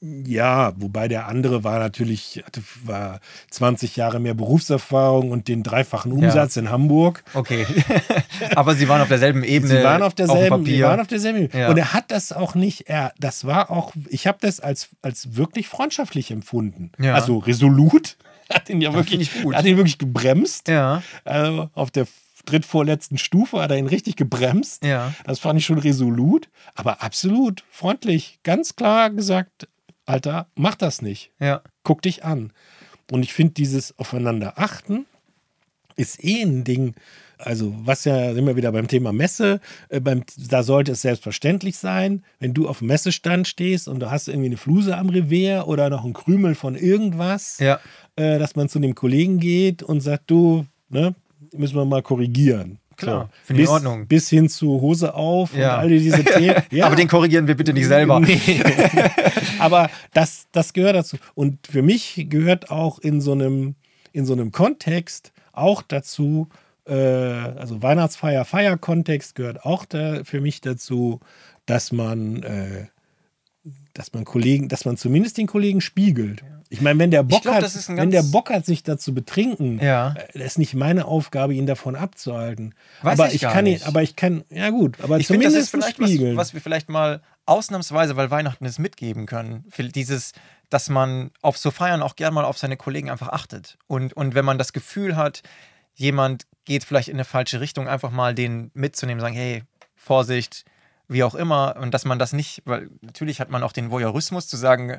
[SPEAKER 1] ja, wobei der andere war natürlich, hatte, war 20 Jahre mehr Berufserfahrung und den dreifachen Umsatz in Hamburg.
[SPEAKER 2] Okay. Aber sie waren auf derselben Ebene.
[SPEAKER 1] Sie waren auf derselben,
[SPEAKER 2] Äh, Auf dem Papier.
[SPEAKER 1] Sie waren auf derselben.
[SPEAKER 2] Ja.
[SPEAKER 1] Und er hat das auch nicht, er, das war auch, ich habe das als, als wirklich freundschaftlich empfunden.
[SPEAKER 2] Ja.
[SPEAKER 1] Also resolut, hat ihn ja
[SPEAKER 2] find
[SPEAKER 1] wirklich,
[SPEAKER 2] ich gut.
[SPEAKER 1] hat ihn wirklich gebremst.
[SPEAKER 2] ja.
[SPEAKER 1] Also auf der drittvorletzten Stufe hat er ihn richtig gebremst.
[SPEAKER 2] Ja.
[SPEAKER 1] Das fand ich schon resolut, aber absolut freundlich, ganz klar gesagt, Alter, mach das nicht
[SPEAKER 2] Ja.
[SPEAKER 1] guck dich an. Und ich finde, dieses Aufeinander achten ist eh ein Ding. Also, was ja sind wir wieder beim Thema Messe. Äh, beim, da sollte es selbstverständlich sein, wenn du auf dem Messestand stehst und du hast irgendwie eine Fluse am Revier oder noch einen Krümel von irgendwas,
[SPEAKER 2] Ja.
[SPEAKER 1] äh, dass man zu dem Kollegen geht und sagt: Du, ne, müssen wir mal korrigieren.
[SPEAKER 2] Klar,
[SPEAKER 1] So.
[SPEAKER 2] finde ich in
[SPEAKER 1] Bis-
[SPEAKER 2] Ordnung.
[SPEAKER 1] Bis hin zu Hose auf
[SPEAKER 2] Ja.
[SPEAKER 1] und all diese Themen.
[SPEAKER 2] Aber den korrigieren wir bitte nicht selber.
[SPEAKER 1] Nee. Aber das, das gehört dazu. Und für mich gehört auch in so einem, in so einem Kontext auch dazu, äh, also Weihnachtsfeier, Feierkontext gehört auch da für mich dazu, dass man, äh, dass man Kollegen, dass man zumindest den Kollegen spiegelt. Ich meine, wenn der Bock
[SPEAKER 2] glaub,
[SPEAKER 1] hat,
[SPEAKER 2] das ist ein
[SPEAKER 1] wenn der
[SPEAKER 2] ganz-
[SPEAKER 1] Bock hat, sich dazu betrinken,
[SPEAKER 2] Ja.
[SPEAKER 1] äh, das ist nicht meine Aufgabe, ihn davon abzuhalten.
[SPEAKER 2] Weiß
[SPEAKER 1] aber
[SPEAKER 2] ich
[SPEAKER 1] ich
[SPEAKER 2] gar
[SPEAKER 1] kann, ihn-
[SPEAKER 2] nicht.
[SPEAKER 1] aber ich kann, ja gut, aber
[SPEAKER 2] Ich finde, das
[SPEAKER 1] Also zumindest
[SPEAKER 2] ist vielleicht was,
[SPEAKER 1] spiegeln.
[SPEAKER 2] was wir vielleicht mal ausnahmsweise, weil Weihnachten es mitgeben können. Für Dieses, dass man auf so Feiern auch gern mal auf seine Kollegen einfach achtet. Und, und wenn man das Gefühl hat, jemand geht vielleicht in eine falsche Richtung, einfach mal den mitzunehmen, sagen, hey, Vorsicht, wie auch immer. Und dass man das nicht, weil natürlich hat man auch den Voyeurismus zu sagen,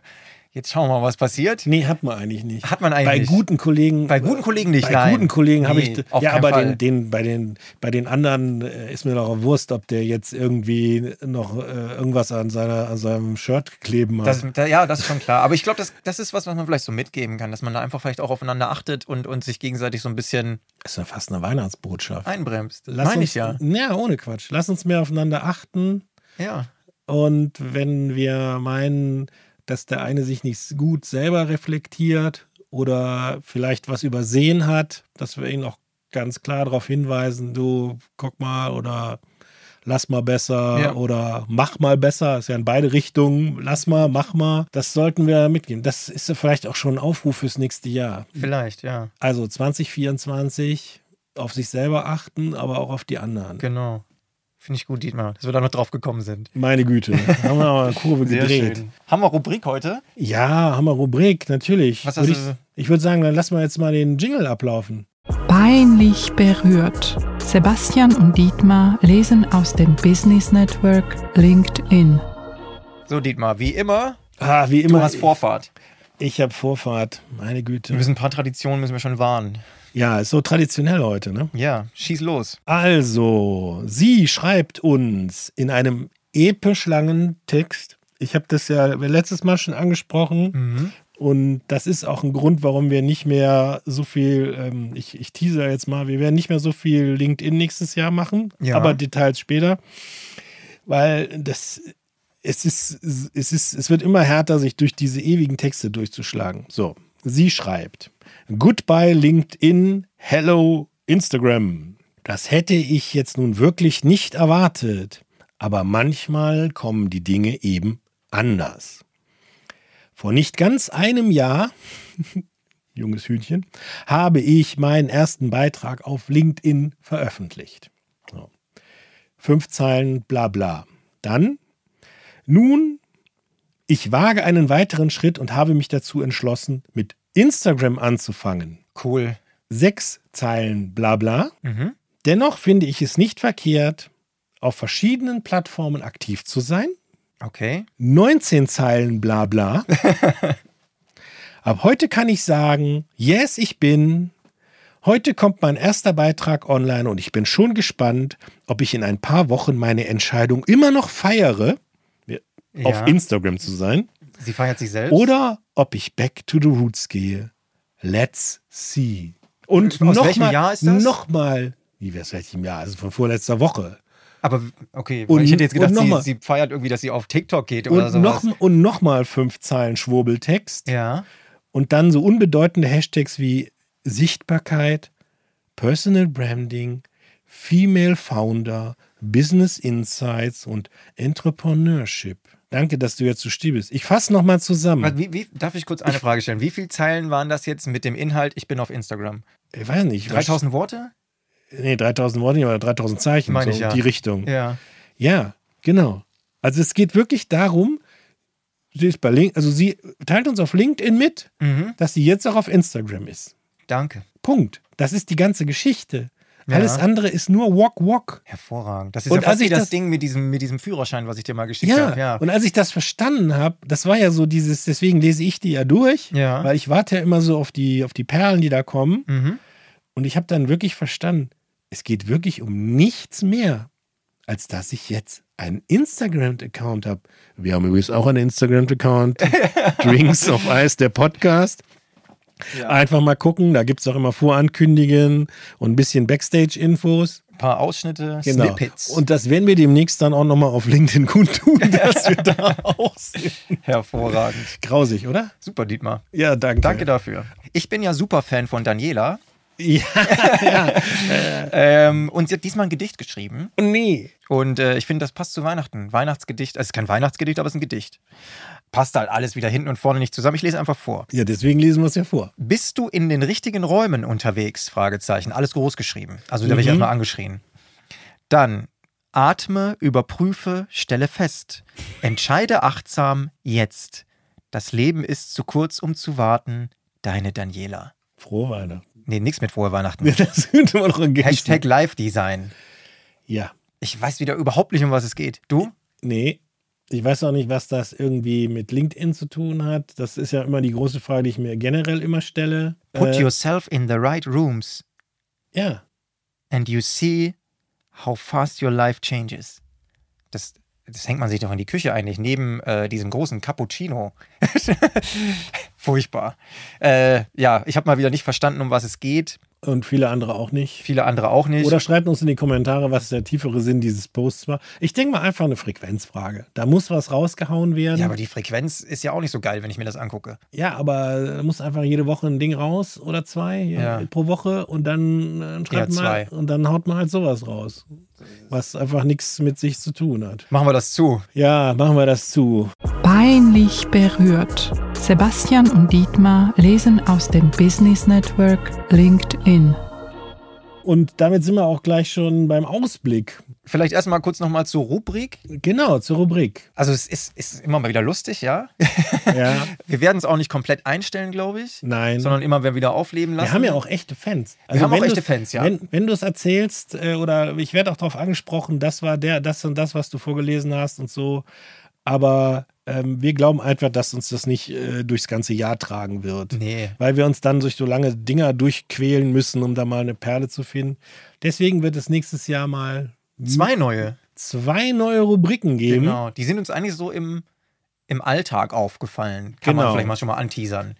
[SPEAKER 2] jetzt schauen wir mal, was passiert.
[SPEAKER 1] Nee, hat man eigentlich nicht.
[SPEAKER 2] Hat man eigentlich
[SPEAKER 1] Bei
[SPEAKER 2] nicht.
[SPEAKER 1] guten Kollegen.
[SPEAKER 2] Bei guten Kollegen nicht,
[SPEAKER 1] Bei
[SPEAKER 2] nein.
[SPEAKER 1] guten Kollegen habe
[SPEAKER 2] Nee,
[SPEAKER 1] ich.
[SPEAKER 2] auf
[SPEAKER 1] ja,
[SPEAKER 2] keinen
[SPEAKER 1] aber
[SPEAKER 2] Fall.
[SPEAKER 1] Den, den, bei, den, bei den anderen äh, ist mir doch auch Wurst, ob der jetzt irgendwie noch äh, irgendwas an, seiner, an seinem Shirt kleben hat.
[SPEAKER 2] Das, da, ja, das ist schon klar. Aber ich glaube, das, das ist was, was man vielleicht so mitgeben kann, dass man da einfach vielleicht auch aufeinander achtet und, und sich gegenseitig so ein bisschen
[SPEAKER 1] Das ist ja fast eine Weihnachtsbotschaft.
[SPEAKER 2] einbremst.
[SPEAKER 1] Lass
[SPEAKER 2] Meine
[SPEAKER 1] uns,
[SPEAKER 2] ich ja.
[SPEAKER 1] Ja, ohne Quatsch. Lass uns mehr aufeinander achten.
[SPEAKER 2] Ja.
[SPEAKER 1] Und wenn wir meinen, dass der eine sich nicht gut selber reflektiert oder vielleicht was übersehen hat, dass wir ihn auch ganz klar darauf hinweisen, du guck mal oder lass mal besser
[SPEAKER 2] Ja.
[SPEAKER 1] oder mach mal besser, ist ja in beide Richtungen, lass mal, mach mal, das sollten wir mitgeben. Das ist ja vielleicht auch schon ein Aufruf fürs nächste Jahr.
[SPEAKER 2] Vielleicht, ja.
[SPEAKER 1] Also 2024 auf sich selber achten, aber auch auf die anderen.
[SPEAKER 2] Genau. Finde ich gut, Dietmar, dass wir da noch drauf gekommen sind.
[SPEAKER 1] Meine Güte, haben wir mal eine Kurve gedreht.
[SPEAKER 2] Haben wir Rubrik heute?
[SPEAKER 1] Ja, haben wir Rubrik, natürlich.
[SPEAKER 2] Was
[SPEAKER 1] würde ich
[SPEAKER 2] hast du-
[SPEAKER 1] ich würde sagen, dann lassen wir jetzt mal den Jingle ablaufen.
[SPEAKER 3] Peinlich berührt. Sebastian und Dietmar lesen aus dem Business Network LinkedIn.
[SPEAKER 2] So, Dietmar, wie immer,
[SPEAKER 1] Ah, wie
[SPEAKER 2] du
[SPEAKER 1] immer.
[SPEAKER 2] hast Vorfahrt.
[SPEAKER 1] Ich habe Vorfahrt, meine
[SPEAKER 2] Wir
[SPEAKER 1] Güte.
[SPEAKER 2] müssen ein paar Traditionen müssen wir schon wahren.
[SPEAKER 1] Ja, ist so traditionell heute, ne?
[SPEAKER 2] Ja, schieß los.
[SPEAKER 1] Also, sie schreibt uns in einem episch langen Text. Ich habe das ja letztes Mal schon angesprochen.
[SPEAKER 2] Mhm.
[SPEAKER 1] Und das ist auch ein Grund, warum wir nicht mehr so viel, ähm, ich, ich teaser jetzt mal, wir werden nicht mehr so viel LinkedIn nächstes Jahr machen,
[SPEAKER 2] Ja.
[SPEAKER 1] aber Details später. Weil das, es ist, es ist, es wird immer härter, sich durch diese ewigen Texte durchzuschlagen. So, sie schreibt: Goodbye LinkedIn, hello Instagram. Das hätte ich jetzt nun wirklich nicht erwartet. Aber manchmal kommen die Dinge eben anders. Vor nicht ganz einem Jahr, junges Hühnchen, habe ich meinen ersten Beitrag auf LinkedIn veröffentlicht. So. Fünf Zeilen, bla bla. Dann, nun, ich wage einen weiteren Schritt und habe mich dazu entschlossen, mit Instagram anzufangen.
[SPEAKER 2] Cool.
[SPEAKER 1] Sechs Zeilen, bla bla. Dennoch finde ich es nicht verkehrt, auf verschiedenen Plattformen aktiv zu sein.
[SPEAKER 2] Okay.
[SPEAKER 1] 19 Zeilen bla bla. Ab heute kann ich sagen, yes, ich bin. Heute kommt mein erster Beitrag online und ich bin schon gespannt, ob ich in ein paar Wochen meine Entscheidung immer noch feiere, auf Instagram zu sein,
[SPEAKER 2] Sie feiert sich selbst.
[SPEAKER 1] oder ob ich back to the roots gehe. Let's see. Und
[SPEAKER 2] Aus
[SPEAKER 1] noch
[SPEAKER 2] welchem
[SPEAKER 1] mal,
[SPEAKER 2] Jahr ist das?
[SPEAKER 1] Nochmal. Wie wäre es welchem Jahr? Also von vorletzter Woche.
[SPEAKER 2] Aber okay,
[SPEAKER 1] Und-
[SPEAKER 2] weil ich hätte jetzt gedacht,
[SPEAKER 1] und
[SPEAKER 2] sie,
[SPEAKER 1] nochmal.
[SPEAKER 2] sie feiert irgendwie, dass sie auf TikTok geht oder
[SPEAKER 1] Und,
[SPEAKER 2] sowas.
[SPEAKER 1] noch, und nochmal fünf Zeilen Schwurbeltext.
[SPEAKER 2] ja.
[SPEAKER 1] Und dann so unbedeutende Hashtags wie Sichtbarkeit, Personal Branding, Female Founder, Business Insights und Entrepreneurship. Danke, dass du jetzt so still bist. Ich fasse nochmal
[SPEAKER 2] Warte,
[SPEAKER 1] zusammen.
[SPEAKER 2] Wie, wie, darf Hm. ich kurz eine Frage stellen? Wie viele Zeilen waren das jetzt mit dem Inhalt, ich bin auf Instagram?
[SPEAKER 1] Ich weiß nicht.
[SPEAKER 2] 3000 Worte?
[SPEAKER 1] Nee, 3000 Worte nicht, aber 3000 Zeichen.
[SPEAKER 2] Meine
[SPEAKER 1] so
[SPEAKER 2] ich ja.
[SPEAKER 1] Die Richtung.
[SPEAKER 2] Ja.
[SPEAKER 1] Ja, genau. Also es geht wirklich darum, sie ist bei Link, also sie teilt uns auf LinkedIn mit,
[SPEAKER 2] Mhm.
[SPEAKER 1] dass sie jetzt auch auf Instagram ist.
[SPEAKER 2] Danke.
[SPEAKER 1] Punkt. Das ist die ganze Geschichte.
[SPEAKER 2] Ja.
[SPEAKER 1] Alles andere ist nur Walk Walk.
[SPEAKER 2] Hervorragend. Das ist
[SPEAKER 1] Und
[SPEAKER 2] ja fast
[SPEAKER 1] als
[SPEAKER 2] wie
[SPEAKER 1] ich
[SPEAKER 2] das,
[SPEAKER 1] das-
[SPEAKER 2] Ding mit diesem, mit diesem Führerschein, was ich dir mal geschickt
[SPEAKER 1] Ja.
[SPEAKER 2] habe. Ja.
[SPEAKER 1] Und als ich das verstanden habe, das war ja so dieses, deswegen lese ich die ja durch,
[SPEAKER 2] Ja.
[SPEAKER 1] weil ich warte ja immer so auf die, auf die Perlen, die da kommen.
[SPEAKER 2] Mhm.
[SPEAKER 1] Und ich habe dann wirklich verstanden, es geht wirklich um nichts mehr, als dass ich jetzt einen Instagram-Account habe. Wir haben übrigens auch einen Instagram-Account. Drinks of Ice, der Podcast. Einfach mal gucken, da gibt es auch immer Vorankündigen und ein bisschen Backstage-Infos.
[SPEAKER 2] Ein paar Ausschnitte, Snippets.
[SPEAKER 1] Genau. Und das werden wir demnächst dann auch nochmal auf LinkedIn kundtun, dass wir da auch sind.
[SPEAKER 2] Hervorragend.
[SPEAKER 1] Grausig, oder?
[SPEAKER 2] Super, Dietmar.
[SPEAKER 1] Ja, danke.
[SPEAKER 2] Danke dafür. Ich bin ja Superfan von Daniela.
[SPEAKER 1] Ja, ja.
[SPEAKER 2] Ähm, und sie hat diesmal ein Gedicht geschrieben.
[SPEAKER 1] Nee.
[SPEAKER 2] Und äh, ich finde, das passt zu Weihnachten. Weihnachtsgedicht. Also es ist kein Weihnachtsgedicht, aber es ist ein Gedicht. Passt halt alles wieder hinten und vorne nicht zusammen. Ich lese einfach vor.
[SPEAKER 1] Ja, deswegen lesen wir es ja vor.
[SPEAKER 2] Bist du in den richtigen Räumen unterwegs? Fragezeichen. Alles groß geschrieben. Also da werde ich erstmal angeschrien. Dann atme, überprüfe, stelle fest. Entscheide achtsam jetzt. Das Leben ist zu kurz, um zu warten. Deine Daniela.
[SPEAKER 1] Frohe Weihnachten.
[SPEAKER 2] Nee, nichts mit frohe Weihnachten.
[SPEAKER 1] Ja, das könnte man doch ergänzen.
[SPEAKER 2] Hashtag Live-Design.
[SPEAKER 1] Ja.
[SPEAKER 2] Ich weiß wieder überhaupt nicht, um was es geht. Du?
[SPEAKER 1] Nee. Ich weiß auch nicht, was das irgendwie mit LinkedIn zu tun hat. Das ist ja immer die große Frage, die ich mir generell immer stelle.
[SPEAKER 2] Put
[SPEAKER 1] Äh,
[SPEAKER 2] yourself in the right rooms
[SPEAKER 1] ja.
[SPEAKER 2] and you see how fast your life changes. Das, das hängt man sich doch in die Küche eigentlich, neben äh, diesem großen Cappuccino. Furchtbar. Äh, ja, ich habe mal wieder nicht verstanden, um was es geht.
[SPEAKER 1] Und viele andere auch nicht.
[SPEAKER 2] Viele andere auch nicht.
[SPEAKER 1] Oder schreibt uns in die Kommentare, was der tiefere Sinn dieses Posts war. Ich denke mal einfach eine Frequenzfrage. Da muss was rausgehauen werden.
[SPEAKER 2] ja, aber die Frequenz ist ja auch nicht so geil, wenn ich mir das angucke.
[SPEAKER 1] Ja, aber da muss einfach jede Woche ein Ding raus oder zwei ja,
[SPEAKER 2] Ja.
[SPEAKER 1] pro Woche und dann äh, schreibt
[SPEAKER 2] Ja,
[SPEAKER 1] man
[SPEAKER 2] zwei.
[SPEAKER 1] und dann haut man halt sowas raus, was einfach nichts mit sich zu tun hat.
[SPEAKER 2] Machen wir das zu.
[SPEAKER 1] Ja, machen wir das zu.
[SPEAKER 3] Peinlich berührt. Sebastian und Dietmar lesen aus dem Business Network LinkedIn.
[SPEAKER 1] Und damit sind wir auch gleich schon beim Ausblick.
[SPEAKER 2] Vielleicht erstmal kurz nochmal zur Rubrik.
[SPEAKER 1] Genau, zur Rubrik.
[SPEAKER 2] Also es ist, ist immer mal wieder lustig, ja.
[SPEAKER 1] Ja,
[SPEAKER 2] Wir werden es auch nicht komplett einstellen, glaube ich.
[SPEAKER 1] nein.
[SPEAKER 2] sondern immer wenn wieder aufleben lassen.
[SPEAKER 1] wir haben ja auch echte Fans. Also
[SPEAKER 2] haben auch
[SPEAKER 1] wenn
[SPEAKER 2] echte
[SPEAKER 1] du's-
[SPEAKER 2] Fans, ja.
[SPEAKER 1] Wenn, wenn du es erzählst äh, oder ich werde auch darauf angesprochen, das war der, das und das, was du vorgelesen hast und so. Aber ähm, wir glauben einfach, dass uns das nicht äh, durchs ganze Jahr tragen wird.
[SPEAKER 2] Nee.
[SPEAKER 1] weil wir uns dann durch so lange Dinger durchquälen müssen, um da mal eine Perle zu finden. Deswegen wird es nächstes Jahr mal
[SPEAKER 2] Zwei neue.
[SPEAKER 1] zwei neue Rubriken geben. Genau.
[SPEAKER 2] Genau. Die sind uns eigentlich so im, im Alltag aufgefallen. Kann man
[SPEAKER 1] Genau.
[SPEAKER 2] vielleicht mal schon mal anteasern.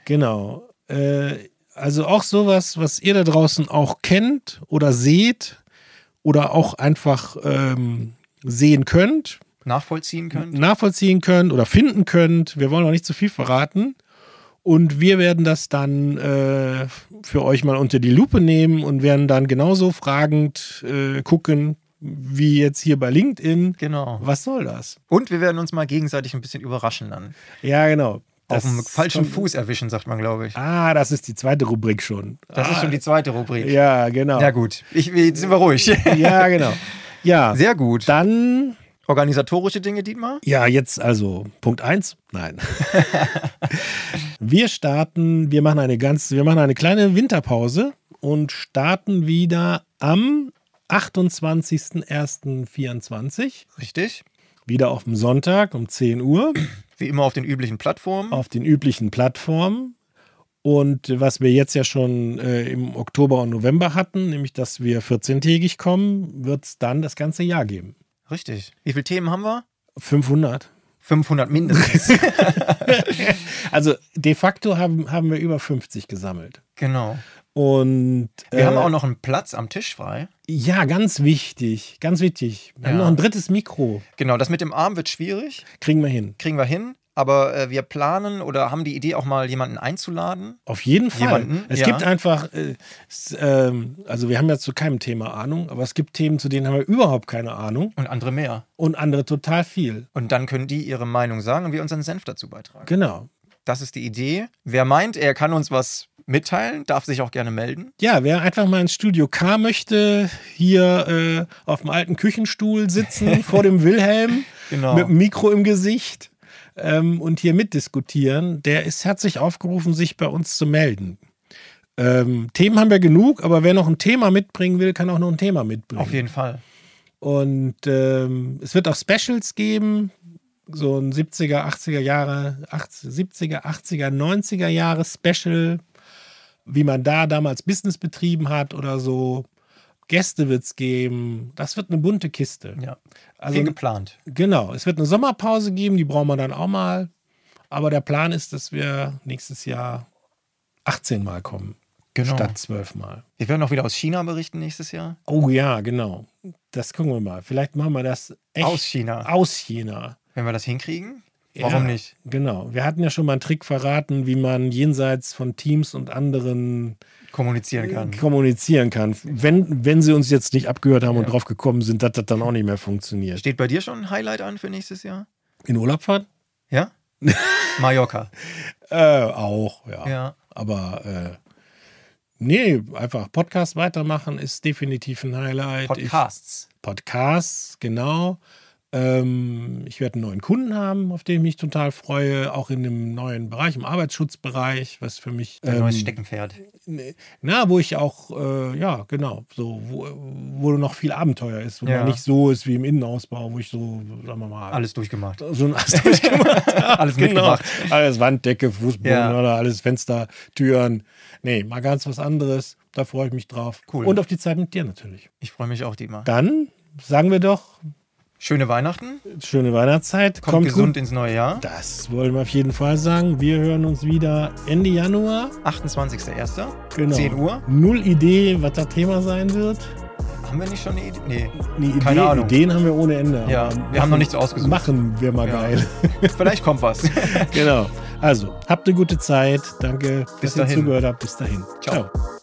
[SPEAKER 1] Äh, also auch sowas, was ihr da draußen auch kennt oder seht oder auch einfach ähm, sehen könnt,
[SPEAKER 2] Nachvollziehen können.
[SPEAKER 1] nachvollziehen könnt oder finden könnt. Wir wollen auch nicht zu viel verraten. Und wir werden das dann äh, für euch mal unter die Lupe nehmen und werden dann genauso fragend äh, gucken, wie jetzt hier bei LinkedIn.
[SPEAKER 2] Genau.
[SPEAKER 1] Was soll das?
[SPEAKER 2] Und wir werden uns mal gegenseitig ein bisschen überraschen dann.
[SPEAKER 1] Ja, genau.
[SPEAKER 2] Auf dem
[SPEAKER 1] Das
[SPEAKER 2] falschen
[SPEAKER 1] kommt-
[SPEAKER 2] Fuß erwischen, sagt man, glaube ich.
[SPEAKER 1] Ah, das ist die zweite Rubrik schon.
[SPEAKER 2] Das
[SPEAKER 1] ah,
[SPEAKER 2] ist schon die zweite Rubrik.
[SPEAKER 1] Ja, genau.
[SPEAKER 2] Ja, gut. Ich, jetzt sind wir ruhig.
[SPEAKER 1] ja, genau. Ja,
[SPEAKER 2] Sehr gut.
[SPEAKER 1] dann
[SPEAKER 2] Organisatorische Dinge, Dietmar?
[SPEAKER 1] Ja, jetzt also Punkt 1? Nein. wir starten, wir machen eine ganz, wir machen eine kleine Winterpause und starten wieder am 28.01.24,
[SPEAKER 2] Richtig.
[SPEAKER 1] wieder auf dem Sonntag um 10 Uhr
[SPEAKER 2] Wie immer auf den üblichen Plattformen.
[SPEAKER 1] auf den üblichen Plattformen. Und was wir jetzt ja schon äh, im Oktober und November hatten, nämlich dass wir 14-tägig kommen, wird es dann das ganze Jahr geben.
[SPEAKER 2] Richtig. Wie viele Themen haben wir?
[SPEAKER 1] 500.
[SPEAKER 2] 500 mindestens.
[SPEAKER 1] Also de facto haben, haben wir über 50 gesammelt.
[SPEAKER 2] genau.
[SPEAKER 1] Und äh,
[SPEAKER 2] Wir haben auch noch einen Platz am Tisch frei.
[SPEAKER 1] ja, ganz wichtig, ganz wichtig. Wir haben
[SPEAKER 2] Ja.
[SPEAKER 1] noch ein drittes Mikro,
[SPEAKER 2] Genau, das mit dem Arm wird schwierig.
[SPEAKER 1] kriegen wir hin.
[SPEAKER 2] Kriegen wir hin. Aber äh, wir planen oder haben die Idee, auch mal jemanden einzuladen.
[SPEAKER 1] Auf jeden Fall.
[SPEAKER 2] Jemanden,
[SPEAKER 1] es
[SPEAKER 2] ja.
[SPEAKER 1] gibt einfach, äh, s- ähm, also wir haben ja zu keinem Thema Ahnung, aber es gibt Themen, zu denen haben wir überhaupt keine Ahnung
[SPEAKER 2] Und andere mehr.
[SPEAKER 1] und andere total viel.
[SPEAKER 2] Und dann können die ihre Meinung sagen und wir unseren Senf dazu beitragen.
[SPEAKER 1] Genau.
[SPEAKER 2] Das ist die Idee. Wer meint, er kann uns was mitteilen, darf sich auch gerne melden.
[SPEAKER 1] Ja, wer einfach mal ins Studio K möchte, hier äh, auf dem alten Küchenstuhl sitzen, vor dem Wilhelm,
[SPEAKER 2] Genau.
[SPEAKER 1] mit dem Mikro im Gesicht ähm, und hier mitdiskutieren, der ist herzlich aufgerufen, sich bei uns zu melden. Ähm, Themen haben wir genug, aber wer noch ein Thema mitbringen will, kann auch noch ein Thema mitbringen.
[SPEAKER 2] Auf jeden Fall.
[SPEAKER 1] Und ähm, es wird auch Specials geben, so ein 70er, 80er Jahre, 80, 70er, 80er, 90er Jahre Special, wie man da damals Business betrieben hat oder so. Gäste wird es geben. Das wird eine bunte Kiste.
[SPEAKER 2] Ja.
[SPEAKER 1] Also
[SPEAKER 2] Viel geplant.
[SPEAKER 1] Genau, es wird eine Sommerpause geben, die brauchen wir dann auch mal. Aber der Plan ist, dass wir nächstes Jahr 18 Mal kommen,
[SPEAKER 2] Genau.
[SPEAKER 1] statt 12 Mal.
[SPEAKER 2] Wir werden auch wieder aus China berichten nächstes Jahr.
[SPEAKER 1] Oh ja, genau. Das gucken wir mal. Vielleicht machen wir das echt
[SPEAKER 2] Aus China.
[SPEAKER 1] Aus China.
[SPEAKER 2] Wenn wir das hinkriegen,
[SPEAKER 1] Ja,
[SPEAKER 2] warum nicht?
[SPEAKER 1] Genau. Wir hatten ja schon mal einen Trick verraten, wie man jenseits von Teams und anderen
[SPEAKER 2] Kommunizieren kann.
[SPEAKER 1] kommunizieren kann. Wenn, wenn sie uns jetzt nicht abgehört haben und drauf gekommen sind, dass das dann auch nicht mehr funktioniert.
[SPEAKER 2] Steht bei dir schon ein Highlight an für nächstes Jahr?
[SPEAKER 1] In Urlaub fahren?
[SPEAKER 2] Ja? Mallorca.
[SPEAKER 1] Äh, auch, ja.
[SPEAKER 2] Ja.
[SPEAKER 1] Aber äh, nee, einfach Podcast weitermachen ist definitiv ein Highlight.
[SPEAKER 2] Podcasts.
[SPEAKER 1] Ich, Podcasts, genau. Ähm, ich werde einen neuen Kunden haben, auf den ich mich total freue, auch in dem neuen Bereich, im Arbeitsschutzbereich, was für mich
[SPEAKER 2] Dein
[SPEAKER 1] ähm,
[SPEAKER 2] neues
[SPEAKER 1] ne,
[SPEAKER 2] Steckenpferd.
[SPEAKER 1] na, wo ich auch, äh, ja, genau, so, wo, wo noch viel Abenteuer ist, wo
[SPEAKER 2] Ja.
[SPEAKER 1] man nicht so ist wie im Innenausbau, wo ich so, sagen wir mal,
[SPEAKER 2] Alles durchgemacht.
[SPEAKER 1] so ein Ast durchgemacht habe.
[SPEAKER 2] Alles mitgemacht.
[SPEAKER 1] Genau. Alles Wanddecke, Fußboden
[SPEAKER 2] Ja.
[SPEAKER 1] oder alles Fenster, Türen. Nee, mal ganz was anderes. Da freue ich mich drauf.
[SPEAKER 2] Cool.
[SPEAKER 1] Und auf die Zeit mit dir natürlich.
[SPEAKER 2] Ich freue mich auch, Dietmar.
[SPEAKER 1] Dann sagen wir doch,
[SPEAKER 2] Schöne Weihnachten.
[SPEAKER 1] schöne Weihnachtszeit.
[SPEAKER 2] Kommt, gesund ins neue Jahr.
[SPEAKER 1] Gut. Das wollen wir auf jeden Fall sagen. Wir hören uns wieder Ende Januar.
[SPEAKER 2] 28.01.
[SPEAKER 1] Genau.
[SPEAKER 2] 10 Uhr.
[SPEAKER 1] Null Idee, was das Thema sein wird.
[SPEAKER 2] Haben wir nicht schon eine Idee? Nee.
[SPEAKER 1] Nee, Idee,
[SPEAKER 2] Keine Ahnung.
[SPEAKER 1] Ideen haben wir ohne Ende.
[SPEAKER 2] Ja,
[SPEAKER 1] aber
[SPEAKER 2] wir haben
[SPEAKER 1] machen-
[SPEAKER 2] noch nichts ausgesucht.
[SPEAKER 1] Machen wir mal
[SPEAKER 2] Ja.
[SPEAKER 1] geil.
[SPEAKER 2] Vielleicht kommt was.
[SPEAKER 1] genau. Also, habt eine gute Zeit. Danke, dass ihr
[SPEAKER 2] dahin.
[SPEAKER 1] zugehört habt. Bis dahin.
[SPEAKER 2] Ciao.
[SPEAKER 1] Ciao.